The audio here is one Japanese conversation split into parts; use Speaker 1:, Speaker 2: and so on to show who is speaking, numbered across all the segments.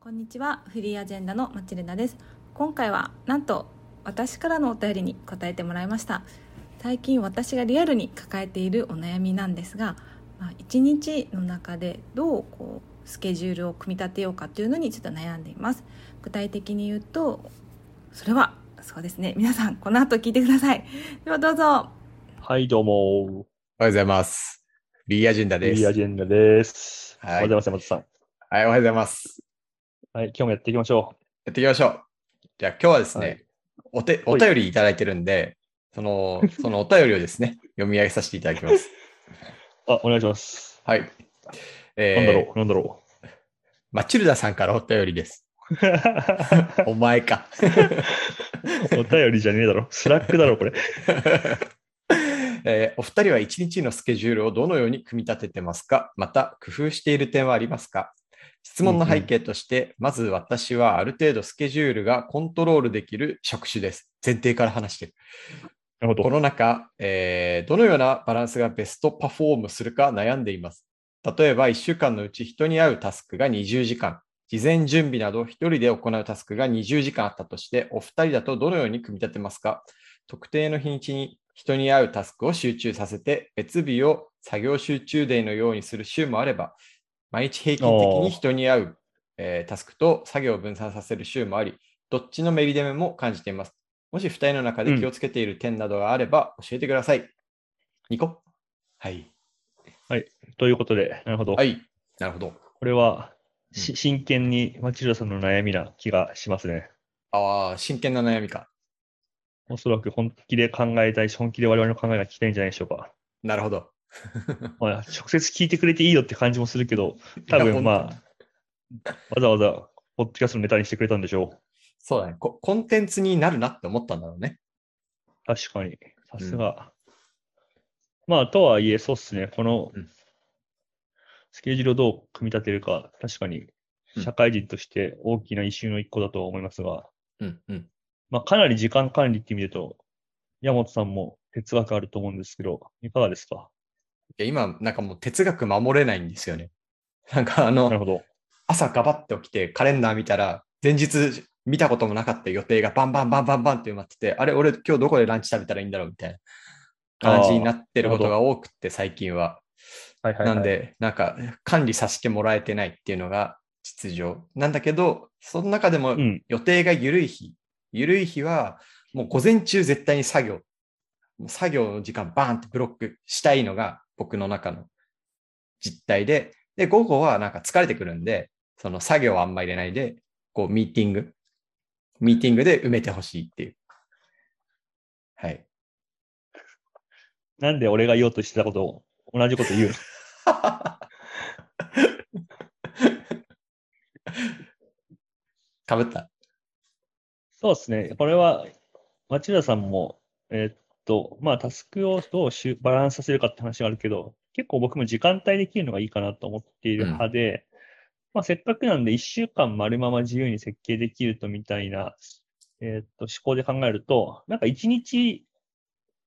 Speaker 1: こんにちはフリーアジェンダのマチルナです今回はなんと私からのお便りに答えてもらいました最近私がリアルに抱えているお悩みなんですが、まあ、1日の中でどうこうスケジュールを組み立てようかというのにちょっと悩んでいます具体的に言うとそれはそうですね皆さんこの後聞いてくださいではどうぞ
Speaker 2: はい、どうも。
Speaker 3: おはようございます。フリーアジェンダ
Speaker 2: い
Speaker 3: です。
Speaker 2: いアジェンダです。
Speaker 3: はい
Speaker 2: おはようございます、山田
Speaker 3: はい、おはようございます。
Speaker 2: さん。はい、今日もやっていきましょ
Speaker 3: やっていきましょう。じゃあ今日はですね、
Speaker 2: はい
Speaker 3: おてお便りいただいてるんで、その、そのお便りをで すね、読み上げさせていただきます。
Speaker 2: う。あ、お願いします。
Speaker 3: はい。
Speaker 2: なんだ
Speaker 3: え
Speaker 2: ろ
Speaker 3: ー、
Speaker 2: う、なんだろ
Speaker 3: マチルダさんからお便りです。お前か。
Speaker 2: う。お便りじゃねえだろ。スラックだろ、これ。
Speaker 3: えーお二人は一日のスケジュールをどのように組み立ててますかまた、工夫している点はありますか質問の背景として、まず私はある程度スケジュールがコントロールできる職種です。前提から話してる。
Speaker 2: なるほ
Speaker 3: こ
Speaker 2: ど。
Speaker 3: の中、えーどのようなバランスがベストパフォームするか悩んでいます。例えば、1週間のうち人に会うタスクが20時間、事前準備など1人で行うタスクが20時間あったとして、お二人だとどのように組み立てますか特定の日にちに人に会うタスクを集中させて、別日を作業集中デーのようにする週もあれば、毎日平均的に人に会う、えータスクと作業を分散させる週もあり、どっちのメリデメも感じています。もし二人の中で気をつけている点などがあれば教えてください。ニコはい。
Speaker 2: ということで、なるほど。
Speaker 3: はい。なるほど。
Speaker 2: これは、
Speaker 3: う
Speaker 2: し真剣にマチルダさんの悩みな気がしますね。
Speaker 3: ああ、真剣な悩みか。
Speaker 2: おそらく本気で考えたいし、本気で我々の考えが聞きたいんじゃないでしょうか。
Speaker 3: なるほど。
Speaker 2: まあ、直接聞いてくれていいよって感じもするけど、多
Speaker 3: いや
Speaker 2: 分
Speaker 3: 本当
Speaker 2: まあ、わざわざ、ポッドキャストのネタにしてくれたんでしょう。
Speaker 3: そうだねこ。コンテンツになるなって思ったんだろうね。
Speaker 2: 確かに。さすが。まあ、とはいえ、そうっすね。この
Speaker 3: うん、
Speaker 2: スケジュールをどう組み立てるか、確かに
Speaker 3: う、ん
Speaker 2: 社会人として大きな一周の一個だとは思いますが、
Speaker 3: うんうん。
Speaker 2: まあ、かなり時間管理って意味でと、山本さんも哲学あると思うんですけど、いかがですか
Speaker 3: いや今、なんかもう哲学守れないんですよね。なんかあ
Speaker 2: なる
Speaker 3: の、
Speaker 2: ほど。
Speaker 3: 朝ガバって起きてカレンダー見たら、前日見たこともなかった予定がバンバンバンバンバンって埋まってて、あれ、俺今日どこでランチ食べたらいいんだろうみたいな感じになってることが多くって、最近は。
Speaker 2: はいはい、
Speaker 3: なん。で、なんか管理させてもらえてないっていうのが実情なんだけど、その中で
Speaker 2: う
Speaker 3: も
Speaker 2: ん。
Speaker 3: 予定が緩い日、緩い日はもう午前中絶対に作業、もう作業の時間バーンってブロックしたいのが僕の中の実態で、で、午後はなんか疲れてくるんで、その作業はあんま入れないで、こうミーティング、ミーティングで埋めてほしいっていう。はい。
Speaker 2: なんで俺が言おうとしてたことを、同じこと言うの
Speaker 3: かぶった。
Speaker 2: そうですね。これは、町田さんも、えーっと、まあ、タスクをどうしゅバランスさせるかって話があるけど、結構僕も時間帯できるのがいいかなと思っている派で、まあ、せっかくなんで1週間丸まま自由に設計できるとみたいな、えーっと、思考で考えると、なんか1日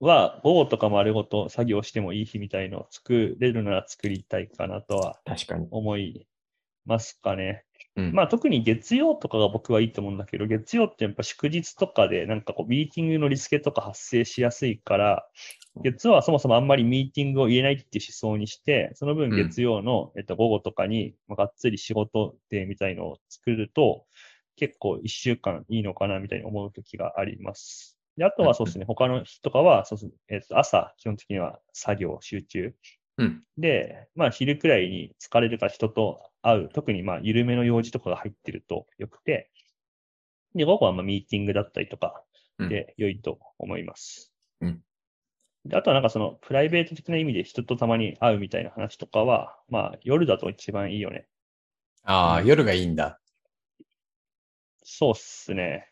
Speaker 2: は午後とか丸ごと作業してもいい日みたいのを作れるなら作りたいかなとは
Speaker 3: 確かに。
Speaker 2: 思いますかね。
Speaker 3: うん
Speaker 2: まあ特に月曜とかが僕はいいと思うんだけど、月曜ってやっぱ祝日とかでなんかこうミーティングのリスケとか発生しやすいから、月曜はそもそもあんまりミーティングを入れないっていう思想にして、その分
Speaker 3: うん
Speaker 2: 月曜の、えっと、午後とかに、まあ、がっつり仕事でみたいのを作ると、結構一週間いいのかなみたいに思う時があります。で、あとはそうですね、他の日とかは、そうですね、えっと、朝、基本的には作業、集中。
Speaker 3: うん
Speaker 2: で、まあ昼くらいに疲れるから人と会う、特にまあ緩めの用事とかが入ってるとよくて、で、午後はまあミーティングだったりとかで良いと思います。
Speaker 3: うん
Speaker 2: であとはなんかそのプライベート的な意味で人とたまに会うみたいな話とかは、まあ夜だと一番いいよね。
Speaker 3: ああ、夜がいいんだ。
Speaker 2: そうっすね。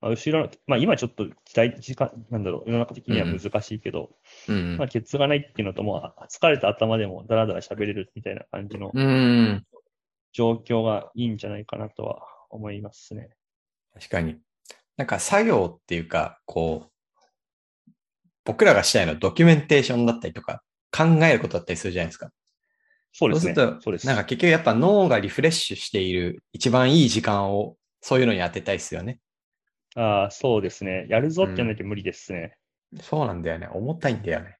Speaker 2: まあ、後ろの、まあ今ちょっと期待、時間、なんだろう、世の中的には難しいけど、
Speaker 3: うんうん
Speaker 2: まあケツがないっていうのと、もう疲れた頭でもダラダラ喋れるみたいな感じの
Speaker 3: うん。
Speaker 2: 状況がいいんじゃないかなとは思いますね。
Speaker 3: 確かに。なんか作業っていうか、こう、僕らがしたいのはドキュメンテーションだったりとか、考えることだったりするじゃないですか。
Speaker 2: そう
Speaker 3: そ
Speaker 2: です
Speaker 3: うす
Speaker 2: ね。
Speaker 3: ると、
Speaker 2: そうです。
Speaker 3: なんか結局やっぱ脳がリフレッシュしている一番いい時間をそういうのに当てたいですよね。
Speaker 2: ああ、そうですね。やるぞってやんなきゃ無理ですね。
Speaker 3: そうなんだよね。重たいんだよね。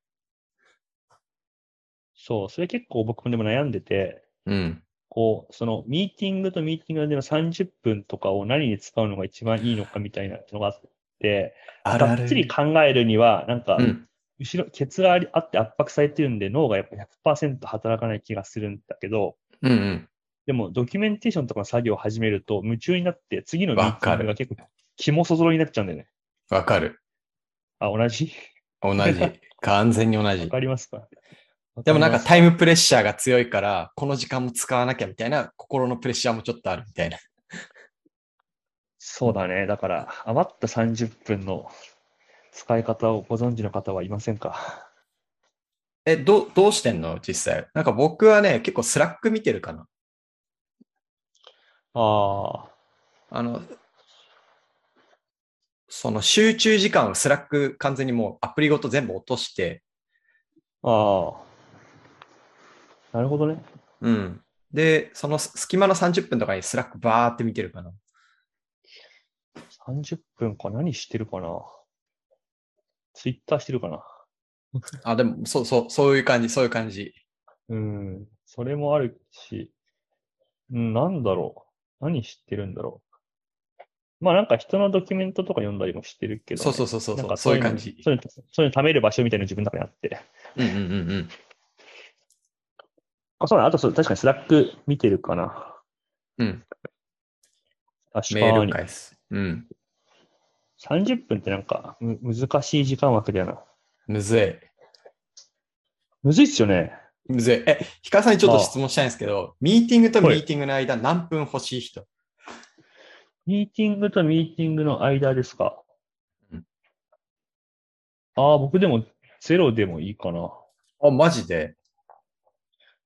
Speaker 2: そう、それ結構僕もでも悩んでて、
Speaker 3: うん。
Speaker 2: こう、そのミーティングとミーティングの間の30分とかを何に使うのが一番いいのかみたいなのがあって、
Speaker 3: ある
Speaker 2: が
Speaker 3: あ
Speaker 2: っ
Speaker 3: る
Speaker 2: つ。り考えるには、なんか
Speaker 3: う、ん。
Speaker 2: 後ろ、ケツがありあって圧迫されてるんで、脳がやっぱ100%働かない気がするんだけど、
Speaker 3: うんうん。
Speaker 2: でも、ドキュメンテーションとかの作業を始めると、夢中になって、次のミ
Speaker 3: わ
Speaker 2: ーテ
Speaker 3: か
Speaker 2: ィン
Speaker 3: る
Speaker 2: グが結構、肝そぞろになっちゃうんだよね。
Speaker 3: わかる。
Speaker 2: あ、同じ
Speaker 3: 同じ。完全に同
Speaker 2: わ
Speaker 3: じ。
Speaker 2: かりますか
Speaker 3: でもなんか
Speaker 2: わか
Speaker 3: タイムプレッシャーが強いから、この時間も使わなきゃみたいな心のプレッシャーもちょっとあるみたいな。
Speaker 2: そうだね。だから、余った30分の使い方をご存知の方はいませんか
Speaker 3: え、どう、どうしてんの実際。なんか僕はね、結構スラック見てるかな。
Speaker 2: ああ、
Speaker 3: あの、その集中時間をスラック完全にもうアプリごと全部落として、
Speaker 2: ああ。なるほどね。
Speaker 3: うん。で、その隙間の30分とかにスラックバーって見てるかな。
Speaker 2: 30分か何してるかなツイッターしてるかな
Speaker 3: あ、でも、そうそう、そういう感じ、そういう感じ。
Speaker 2: うん。それもあるし、うん、なんだろう。何知ってるんだろう。まあなんか人のドキュメントとか読んだりもしてるけどね、
Speaker 3: そうそうそうそう
Speaker 2: なん
Speaker 3: そう、
Speaker 2: か
Speaker 3: そういう
Speaker 2: の
Speaker 3: 感じ。
Speaker 2: そういうの、そういうの貯める場所みたいなの自分の中にあって。
Speaker 3: うんうんうんうん。
Speaker 2: あ、そうだ、あとそう、確かにスラック見てるかな。
Speaker 3: うん。
Speaker 2: 確
Speaker 3: メー
Speaker 2: か
Speaker 3: ル
Speaker 2: に。
Speaker 3: 返す。うん。
Speaker 2: 30分ってなんか、む、難しい時間枠だよな。
Speaker 3: むずい。
Speaker 2: むずいっすよね。
Speaker 3: むずい。え、ヒカルさんにちょっと質問したいんですけど、ミーティングとミーティングの間何分欲しい人
Speaker 2: ミーティングとミーティングの間ですか
Speaker 3: うん。
Speaker 2: ああ、僕でもゼロでもいいかな。
Speaker 3: あ、マジで。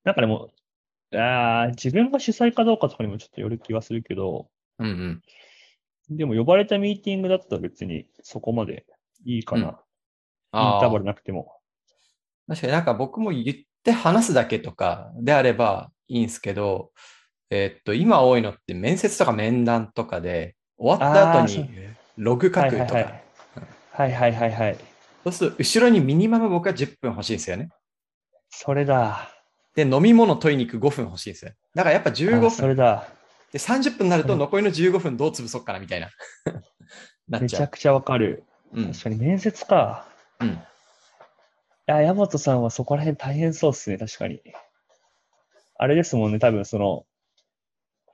Speaker 2: なんかでも、ああ、自分が主催かどうかとかにもちょっとよる気はするけど、
Speaker 3: うんうん。
Speaker 2: でも呼ばれたミーティングだったら別にそこまでいいかな。イン
Speaker 3: あ
Speaker 2: タ
Speaker 3: あ
Speaker 2: ーバルなくても。
Speaker 3: 確かになんか僕も言って話すだけとかであればいいんですけど、えーっと、今多いのって面接とか面談とかで、終わった後
Speaker 2: あーそう
Speaker 3: にログ書
Speaker 2: は
Speaker 3: くとか、
Speaker 2: いはいはい。はいはいはいはい。
Speaker 3: そうすると後ろにミニマム僕は10分欲しいんですよね。
Speaker 2: それだ。
Speaker 3: で、飲み物取りに行く5分欲しいんですよ。だからやっぱ
Speaker 2: あー
Speaker 3: 15
Speaker 2: そ
Speaker 3: 分。
Speaker 2: れだ。
Speaker 3: で、30分になると
Speaker 2: うん
Speaker 3: 残りの15分どう潰そうかなみたいな。 なっ
Speaker 2: め
Speaker 3: ち
Speaker 2: ち
Speaker 3: ゃ
Speaker 2: ゃ
Speaker 3: う。
Speaker 2: くちゃわかる。
Speaker 3: うん。
Speaker 2: 確かに面接か。
Speaker 3: うん。
Speaker 2: いや、山本さんはそこら辺大変そうですね、確かに。あれですもんね、多分その、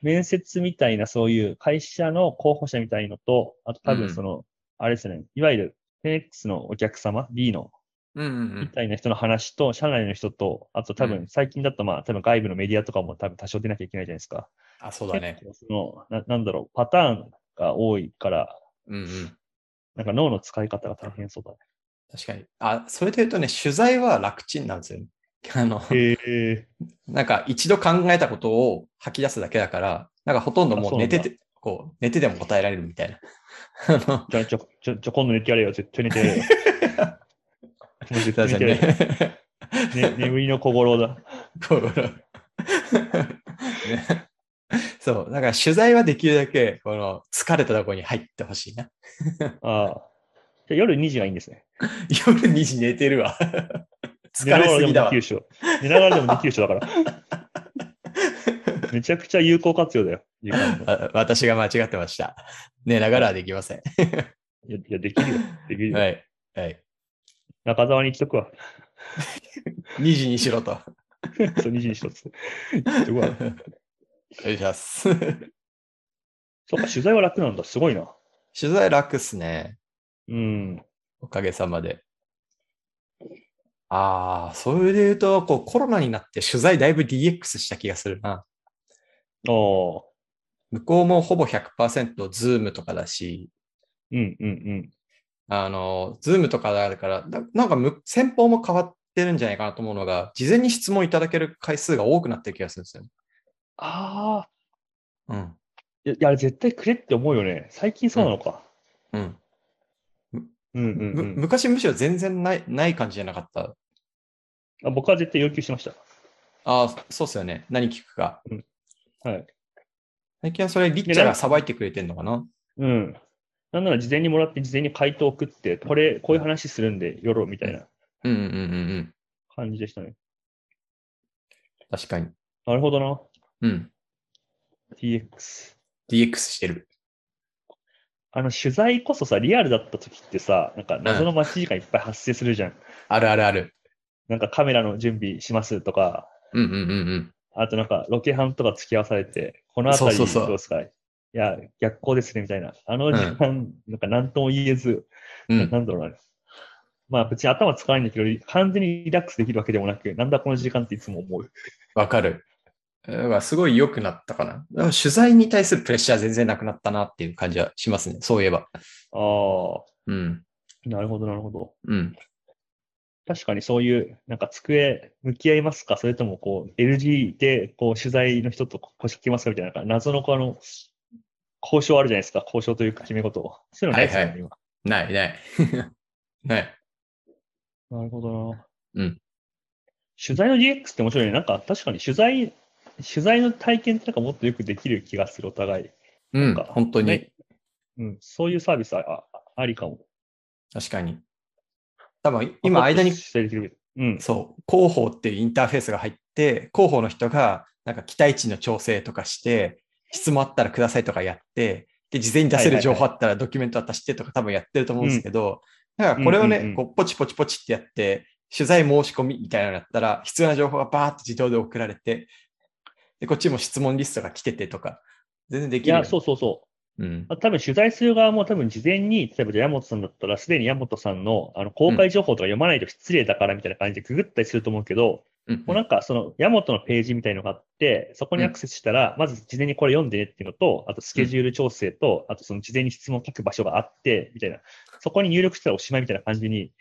Speaker 2: 面接みたいなそういう会社の候補者みたいのと、あと多分その、あれですね、いわゆる FX のお客様、B の、
Speaker 3: うんうんう
Speaker 2: み
Speaker 3: ん。
Speaker 2: たいな人の話と、社内の人と、あと多
Speaker 3: う
Speaker 2: 分最近だとまあ、多分外部のメディアとかも多分多少出なきゃいけないじゃないですか。
Speaker 3: あ、そうだね。
Speaker 2: 結構そのな、なんだろう、パターンが多いから、
Speaker 3: うんうん。
Speaker 2: なんか脳の使い方が大変そうだね。
Speaker 3: 確かに。あ、それで言うとね、取材は楽ちんなんですよね。 あの、
Speaker 2: へえ。
Speaker 3: なんか一度考えたことを吐き出すだけだから、なんかほとんど
Speaker 2: あ
Speaker 3: も
Speaker 2: そううな
Speaker 3: 寝
Speaker 2: んだ
Speaker 3: てて、こう、寝てでも答えられるみたいな。あの
Speaker 2: じゃあ、ちょ、ちょ、ちょ、今度寝てやれよ。絶対寝てやれよ。もう絶対
Speaker 3: 確
Speaker 2: 寝てや
Speaker 3: かに
Speaker 2: れよ。
Speaker 3: ね。
Speaker 2: ね、眠りの小五郎だ。
Speaker 3: こうねそう、だから取材はできるだけ、この、疲れたとこに入ってほしいな。
Speaker 2: ああ。じゃあ夜2時がいいんですね。
Speaker 3: 夜2時寝てるわ。疲れすぎだわ
Speaker 2: 寝ながらでもでき。る人。寝ながらでもできる人だから。めちゃくちゃ有効活用だよ。時間の
Speaker 3: あ私が間違ってました。寝ながらはできません。
Speaker 2: いや、いやできるよ。できるよ。
Speaker 3: はい。はい。
Speaker 2: 中澤に来とくわ。
Speaker 3: 2時にしろと。
Speaker 2: そう、2時にしとつ。 行っとく
Speaker 3: お
Speaker 2: わ
Speaker 3: 願いします。
Speaker 2: そうか、取材は楽なんだ。すごいな。
Speaker 3: 取材楽っすね。
Speaker 2: うん。
Speaker 3: おかげさまで。ああ、それで言うと、こうコロナになって取材だいぶ DX した気がするな。
Speaker 2: ああ。
Speaker 3: 向こうもほぼ100%ズームとかだし、
Speaker 2: うんうんうん。
Speaker 3: あの、ズームとかだから、ななんかむ先方も変わってるんじゃないかなと思うのが、事前に質問いただける回数が多くなってる気がするんですよ。
Speaker 2: ああ。
Speaker 3: うん。
Speaker 2: いやいや、あれ絶対くれって思うよね。最近そうなのか。
Speaker 3: うん。
Speaker 2: うんうん
Speaker 3: む
Speaker 2: うん。
Speaker 3: 昔むしろ全然ない、ない感じじゃなかった。
Speaker 2: あ僕は絶対要求しました。
Speaker 3: ああ、そうっすよね。何聞くか。
Speaker 2: はい。
Speaker 3: 最近はそれ、リッチャーがさばいてくれてんのかな
Speaker 2: うん。なんなら事前にもらって、事前に回答送って、これ、こういう話するんで、よろうみたいな
Speaker 3: うんうんうんうん。
Speaker 2: 感じでしたね。
Speaker 3: 確かに。
Speaker 2: なるほどな。
Speaker 3: うん。
Speaker 2: TX。
Speaker 3: DX してる。
Speaker 2: あの、取材こそさ、リアルだった時ってさ、なんか謎の待ち時間いっぱい発生するじゃん。
Speaker 3: あるあるある。
Speaker 2: なんかカメラの準備しますとか、
Speaker 3: うんうんうんうん。
Speaker 2: あとなんかロケハンとか付き合わされて、このあたり
Speaker 3: そ
Speaker 2: ど
Speaker 3: う
Speaker 2: う
Speaker 3: そうそう
Speaker 2: ですかいや、逆光ですね、みたいな。あの時間、なんか何とも言えず、
Speaker 3: うん。
Speaker 2: なんだろうな。まあ別に頭使わないんだけど、完全にリラックスできるわけでもなく、なんだこの時間っていつも思う。
Speaker 3: わかる。だからすごい良くなったかな。でも取材に対するプレッシャー全然なくなったなっていう感じはしますね。そういえば。
Speaker 2: あ
Speaker 3: うん。
Speaker 2: あ、なるほど、なるほど。
Speaker 3: うん。
Speaker 2: 確かにそういう、なんか机向き合いますかそれともこう、LG でこう取材の人と腰掛けますかみたいな、なんか謎のこうあの、交渉あるじゃないですか。交渉というか決め事を。そういうのないですよね、
Speaker 3: はい
Speaker 2: 今。
Speaker 3: ないない。 ない。
Speaker 2: なるほどな。
Speaker 3: うん。
Speaker 2: 取材の DX って面白いね。なんか確かに取材、取材の体験ってなんかもっとよくできる気がする、お互い。
Speaker 3: うん。
Speaker 2: なんか
Speaker 3: 本当に
Speaker 2: ね。うん、そういうサービスはあありかも。
Speaker 3: 確かに。多分今、間に
Speaker 2: 取材できる。うん。
Speaker 3: そう、広報っていうインターフェースが入って、広報の人がなんか期待値の調整とかして、質問あったらくださいとかやって、で、事前に出せる情報あったらドキュメント渡してとか多分やってると思うんですけど、だからこれを
Speaker 2: うんうんう
Speaker 3: ね
Speaker 2: ん、
Speaker 3: こうポチポチポチってやって、取材申し込みみたいなのやったら、必要な情報がバーって自動で送られて、で、こっちも質問リストが来ててとか、全然で
Speaker 2: い
Speaker 3: きるよね。
Speaker 2: や、そうそうそう。
Speaker 3: うん。
Speaker 2: あ多分取材する側も多分事前に、例えばじゃあ山本さんだったら、すでに山本さんのあの公開情報とか読まないと失礼だからみたいな感じでググったりすると思うけど、
Speaker 3: うん
Speaker 2: もうなんかその山本のページみたいのがあって、そこにアクセスしたら、まず事前にこれ読んでねっていうのと、あとスケジュール調整と、あとその事前に質問を書く場所があって、みたいな、そこに入力したらおしまいみたいな感じに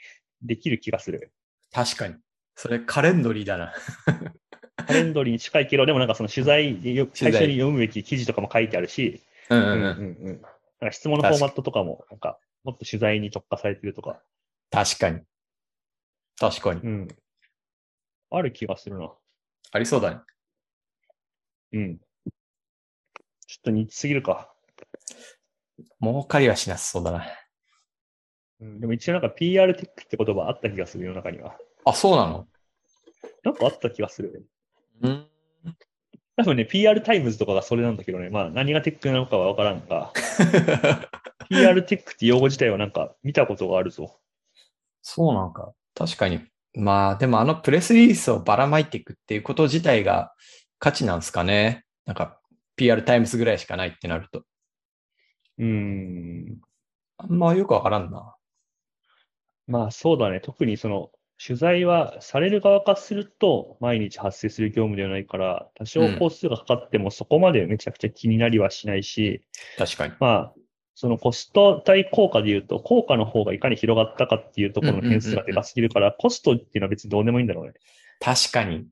Speaker 2: できる気がする。
Speaker 3: 確かに。それカレンドリーだな。
Speaker 2: カレンドリーに近いけど、でもなんかその取材でよ
Speaker 3: 取材
Speaker 2: 最初に読むべき記事とかも書いてあるし、
Speaker 3: うん
Speaker 2: う
Speaker 3: う
Speaker 2: う
Speaker 3: んんうんん。
Speaker 2: うんなんか質問のフォーマットとかも、なんか、もっと取材に特化されてるとか、
Speaker 3: 確かに。確かに
Speaker 2: う。ん。ある気がするな。
Speaker 3: ありそうだね。
Speaker 2: うん。ちょっと似てすぎるか。
Speaker 3: 儲かりはしなさそうだな。
Speaker 2: うん、でも一応なんか PR テックって言葉あった気がする、世の中には。
Speaker 3: あ、そうなの
Speaker 2: なんかあった気がする。
Speaker 3: うん。
Speaker 2: 多分ね、PR タイムズとかがそれなんだけどね、まあ何がテックなのかはわからん が、PR テックって用語自体はなんか見たことがあるぞ。
Speaker 3: そうなんか。確かに。まあ、でもあのプレスリリースをばらまいていくっていうこと自体が価値なんですかね。なんか、PR タイムズぐらいしかないってなると。
Speaker 2: うん。
Speaker 3: あんまよくわからんな。
Speaker 2: まあそうだね。特にその取材はされる側からすると毎日発生する業務ではないから、多少
Speaker 3: うん
Speaker 2: 工数がかかってもそこまでめちゃくちゃ気になりはしないし、
Speaker 3: 確かに。
Speaker 2: まあ、そのコスト対効果で言うと、効果の方がいかに広がったかっていうところの変数がでかすぎるから、コストっていうのは別にどうでもいいんだろうね。
Speaker 3: 確かに。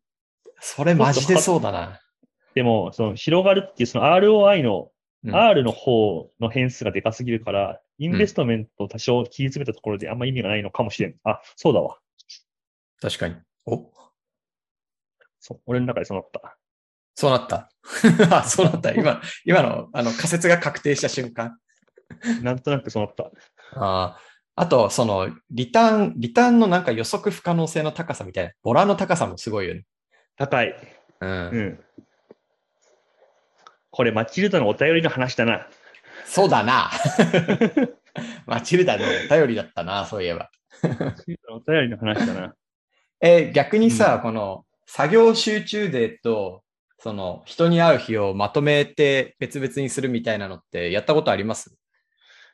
Speaker 3: それマジでそうだな。
Speaker 2: でも、その広がるっていうその ROI の、
Speaker 3: うん
Speaker 2: R の方の変数がでかすぎるから、インベストメントを多少切り詰めたところであんま意味がないのかもしれん。あ、そうだわ。
Speaker 3: 確かに。お
Speaker 2: そう、俺の中でそうな った。
Speaker 3: そうなった。 あそうなった。今、今のあの仮説が確定した瞬間。
Speaker 2: なんとなくそうなった。
Speaker 3: あああと、その、リターン、リターンのなんか予測不可能性の高さみたいな、ボラの高さもすごいよね。
Speaker 2: 高い。
Speaker 3: うん
Speaker 2: うん。これ、マチルダのお便りの話だな。
Speaker 3: そうだな。 マチルダの頼りだったな、そういえば。
Speaker 2: マチルダのお便りの話だな。
Speaker 3: え、逆にさ、この、作業集中デーと、その、人に会う日をまとめて別々にするみたいなのって、やったことあります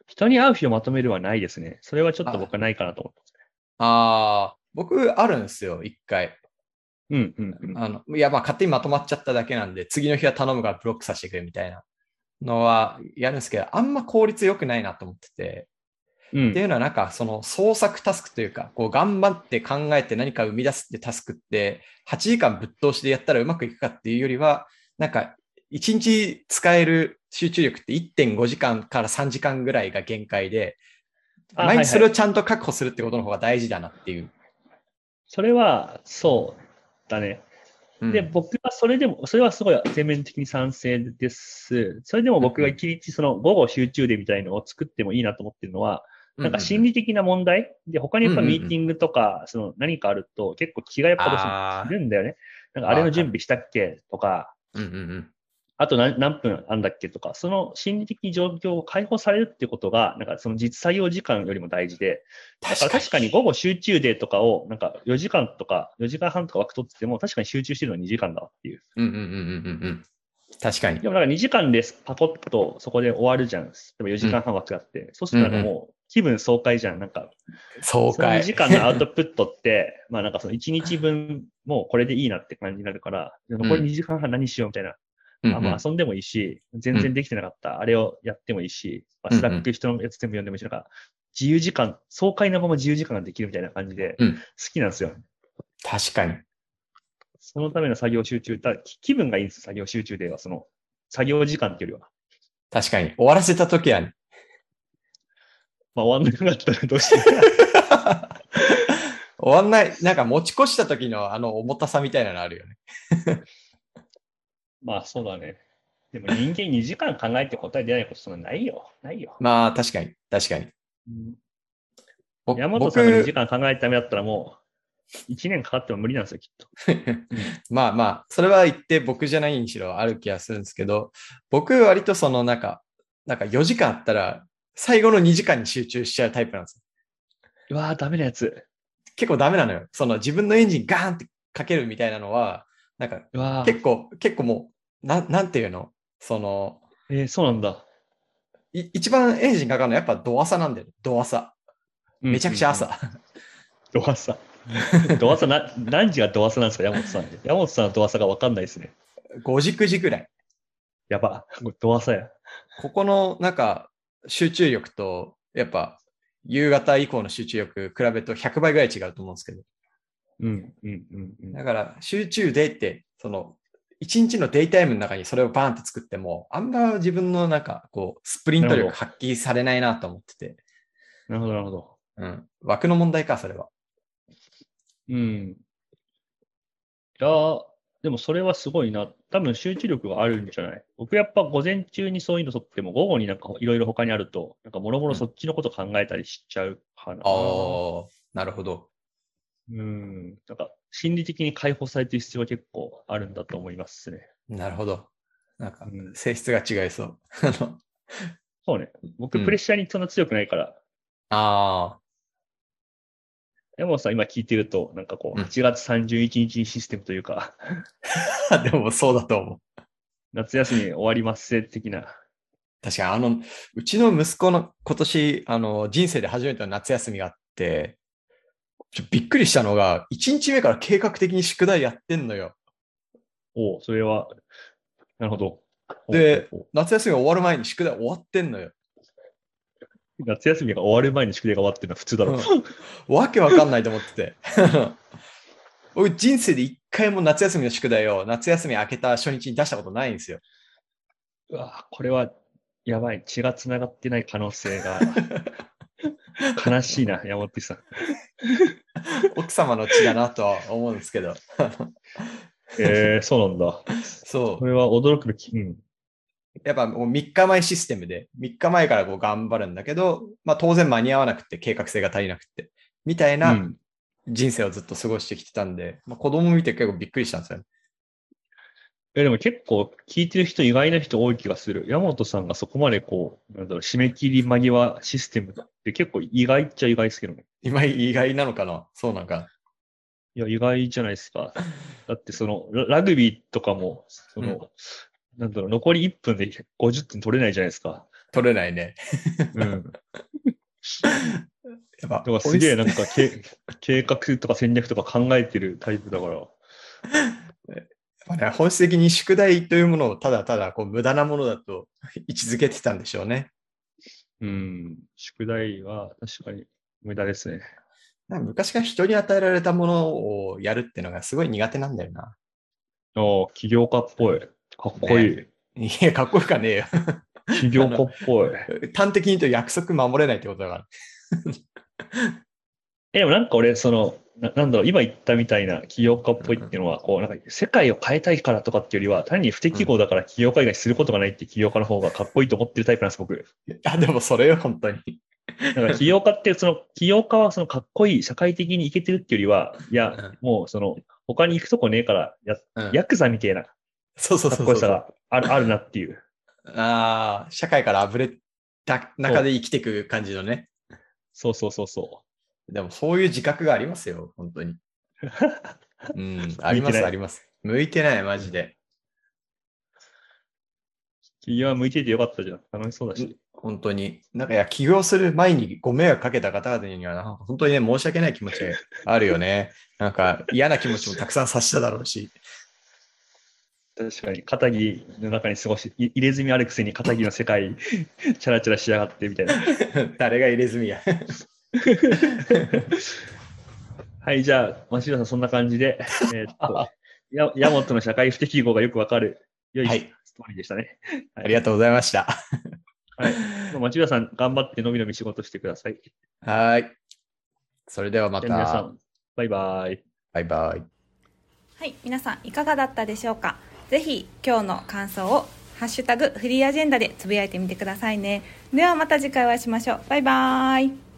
Speaker 2: 人に会う日をまとめるはないですね。それはちょっと僕はないかなと思っ
Speaker 3: ああ、僕、あるんですよ、一回。
Speaker 2: て。うんうん
Speaker 3: あの、いや、まあ、勝手にまとまっちゃっただけなんで、次の日は頼むからブロックさせてくれみたいなのはやるんですけど、あんま効率良くないなと思ってて。
Speaker 2: う
Speaker 3: って
Speaker 2: ん。
Speaker 3: いうのはなんかその創作タスクというかこう頑張って考えて何か生み出すってタスクって8時間ぶっ通しでやったらうまくいくかっていうよりはなんか1日使える集中力って1.5時間から3時間ぐらいが限界で
Speaker 2: あ
Speaker 3: 毎日それ
Speaker 2: は
Speaker 3: をちゃんと確保するってことの方が大事だなっていう。
Speaker 2: それは、そうだね。
Speaker 3: うん
Speaker 2: で、僕はそれでも、それはすごい全面的に賛成です。それでも僕が一日その午後集中でみたいのを作ってもいいなと思ってるのは、なんか心理的な問題で、他にやっぱミーティングとか、その何かあると結構気がやっぱどうしても
Speaker 3: あ
Speaker 2: す
Speaker 3: ー
Speaker 2: るんだよね。なんかあれの準備したっけとか、
Speaker 3: うんうんうん。
Speaker 2: あと何何分あんだっけとか、その心理的状況を解放されるってことが、なんかその実採用時間よりも大事で、だから確かに午後集中デーとかを、なんか4時間とか、4時間半とか枠取ってても、確かに集中してるのは2時間だわっていう。
Speaker 3: うんうんうんうんうんうん。確かに
Speaker 2: で。もなんか2時間ですパコッとそこで終わるじゃん。例えば4時間半枠あって、そうするとなんかもう気分爽快じゃん。なんか、
Speaker 3: 爽
Speaker 2: その2
Speaker 3: 快。
Speaker 2: 時間のアウトプットって、 まあなんかその1日分もうこれでいいなって感じになるから、残り2時間半何しようみたいな。
Speaker 3: うん
Speaker 2: あ
Speaker 3: うん
Speaker 2: まあ遊んでもいいし、全然できてなかった。あれをやってもいいし、まあ、スラック人のやつ全部読んでもいいし、なんか自由時間、爽快なまま自由時間ができるみたいな感じで、好
Speaker 3: うん
Speaker 2: きなんですよ。
Speaker 3: 確かに。
Speaker 2: そのための作業集中、だ気気分がいいんです作業集中では、その、作業時間っていうよりは。
Speaker 3: 確かに。終わらせた時はね。
Speaker 2: まあ終わんなかったらどうしても。
Speaker 3: 終わんない。なんか持ち越した時のあの重たさみたいなのあるよね。
Speaker 2: まあそうだね。でも人間2時間考えて答え出ないことそんなないよ。ないよ。
Speaker 3: まあ、確かに。確かに。ぼ
Speaker 2: 山本
Speaker 3: 僕
Speaker 2: さんが2時間考えるためだったらもう、1年かかっても無理なんですよ、きっと。
Speaker 3: まあまあ、それは言って僕じゃないにしろある気がするんですけど、僕割とそのなんか、なんか4時間あったら、最後の2時間に集中しちゃうタイプなんです
Speaker 2: う
Speaker 3: よ。
Speaker 2: わー、ダメなやつ。
Speaker 3: 結構ダメなのよ。その自分のエンジンガーンってかけるみたいなのは、なんか
Speaker 2: うわー
Speaker 3: 結、構、結構もう、なん、なんていうのその、
Speaker 2: えーそうなんだ。
Speaker 3: い一番エンジンかかるのはやっぱド朝なんだよね。ド朝。めちゃくちゃ朝。
Speaker 2: うん。ドアサ。ドアサな、何時がドアサなんですか、山本さん。山本さんのドアサがわかんないですね。
Speaker 3: 5時9時ぐらい。
Speaker 2: やば。ドアサや。
Speaker 3: ここのなんか集中力と、やっぱ夕方以降の集中力比べると100倍ぐらい違うと思うんですけど。
Speaker 2: うん、うん、うんうん。
Speaker 3: だから集中デイって、その、一日のデイタイムの中にそれをバーンって作っても、あんま自分のなんかこう、スプリント
Speaker 2: なる
Speaker 3: 力
Speaker 2: ほ
Speaker 3: 発揮されないなと思ってて。
Speaker 2: なるほど、なるほど。
Speaker 3: うん。枠の問題か、それは。
Speaker 2: うん。いやーでもそれはすごいな。多分集中力があるんじゃない僕やっぱ午前中にそういうの取っても午後になんかいろいろ他にあると、なんかもろもろそっちのこと考えたりしちゃうかな。
Speaker 3: ああ、なるほど。
Speaker 2: うん。なんか心理的に解放されてる必要は結構あるんだと思いますね。
Speaker 3: なるほど。なんか、
Speaker 2: うん
Speaker 3: 性質が違いそう。あの
Speaker 2: そうね。
Speaker 3: う
Speaker 2: 僕
Speaker 3: ん
Speaker 2: プレッシャーにそんな強くないから、
Speaker 3: あ
Speaker 2: 山本さん今聞いてると、なんかこう、
Speaker 3: うん
Speaker 2: 8月31日システムというか、
Speaker 3: あ、 でもそうだと思う。
Speaker 2: 夏休み終わりますせ的な。
Speaker 3: 確かに、あの、うちの息子の今年、あの、人生で初めての夏休みがあって、ちょびっくりしたのが、1日目から計画的に宿題やってんのよ。
Speaker 2: おうそれは、なるほど。
Speaker 3: で
Speaker 2: おうおうおう
Speaker 3: 夏休みが終わる前に宿題終わってんの よ。
Speaker 2: 夏休みが終わる前に宿題が終わってるのは普通だろう。
Speaker 3: わけわかんないと思ってて。 俺人生で一回も夏休みの宿題を夏休み明けた初日に出したことないんですよ。
Speaker 2: うわこれはやばい。血が繋がってない可能性 が悲しいな、山本さん。
Speaker 3: 奥様の血だなとは思うんですけど。
Speaker 2: えー、そうなんだ。
Speaker 3: そ
Speaker 2: こ
Speaker 3: う。
Speaker 2: れは驚くべき。うん。、
Speaker 3: やっぱもう3日前システムで、3日前からこう頑張るんだけど、まあ当然間に合わなくて計画性が足りなくて、みたいうなん人生をずっと過ごしてきてたんで、まあ、子供見て結構びっくりしたんですよね。
Speaker 2: えでも結構聞いてる人意外な人多い気がする。山本さんがそこまでこう、なんだろう、締め切り間際システムって結構意外っちゃ意外ですけどね。
Speaker 3: 今意外なのかなそうなんか。
Speaker 2: いや、意外じゃないですか。だって、その、ララグビーとかも、その、なんだろう、残り1分で50点取れないじゃないですか。
Speaker 3: 取れないね。
Speaker 2: うん。
Speaker 3: やっぱ
Speaker 2: だからすげえ
Speaker 3: 本
Speaker 2: なんかけ 計画とか戦略とか考えてるタイプだから。
Speaker 3: まあね、本質的に宿題というものをただただこう無駄なものだと 位置づけてたんでしょうね。
Speaker 2: うん。宿題は確かに無駄ですね。
Speaker 3: なんか昔から人に与えられたものをやるっていうのがすごい苦手なんだよな。
Speaker 2: ああ、起業家っぽい。かっこいい。
Speaker 3: いや、かっこよくはねえよ。
Speaker 2: 起業 家っぽい。
Speaker 3: 端的に言うと約束守れないってことだから。
Speaker 2: え、でもなんか俺、その、ななんだろう、今言ったみたいな起業家っぽいっていうのは、こう、なんか世界を変えたいからとかっていうよりは、単に不適合だから起業家以外することがないって起業家の方がかっこいいと思ってるタイプなんです、僕。
Speaker 3: あ、でもそれよ、本当に。
Speaker 2: だから起業家って、その、起業家はそのかっこいい、社会的にいけてるっていうよりは、いや、もうその、他に行くとこねえから、や、
Speaker 3: うん
Speaker 2: ヤクザみたいなか
Speaker 3: そうそう
Speaker 2: っ
Speaker 3: そう
Speaker 2: こ
Speaker 3: そ
Speaker 2: よ
Speaker 3: う
Speaker 2: さがある、あるなっていう。
Speaker 3: ああ、社会からあぶれた中で生きていく感じのね。
Speaker 2: そうそうそうそ
Speaker 3: でもそういう自覚がありますよ、本当 に。うん、ありま
Speaker 2: 向いてない
Speaker 3: す、あります。向いてない、マジで。
Speaker 2: う。起業は向いててよかったじゃん。楽しそうだし。
Speaker 3: 本当に。なんか、いや、起業する前にご迷惑かけた方々にはな、本当にね、申し訳ない気持ちがあるよね。 なんか、嫌な気持ちもたくさん察しただろうし。
Speaker 2: 確かに、肩着の中に過ごし、い入れ墨あるくせに肩着の世界、 チャラチャラしやがってみたいな。
Speaker 3: 誰が入れ墨や。
Speaker 2: はい、じゃあ、町田さん、そんな感じで、えーっ と、やヤモトの社会不適合がよくわかる、良い
Speaker 3: はい
Speaker 2: ストーリーでしたね。
Speaker 3: ありがとうございました。
Speaker 2: はい。町田さん、頑張ってのびのび仕事してください。じ
Speaker 3: はーい。それではま
Speaker 2: ゃあ皆さ
Speaker 3: た。
Speaker 2: ん、バイバイ。
Speaker 3: バイバイ。
Speaker 1: はい、皆さんいかがだったでしょうか。ぜひ今日の感想をハッシュタグフリーアジェンダでつぶやいてみてくださいね。ではまた次回お会いしましょう。バイバイ。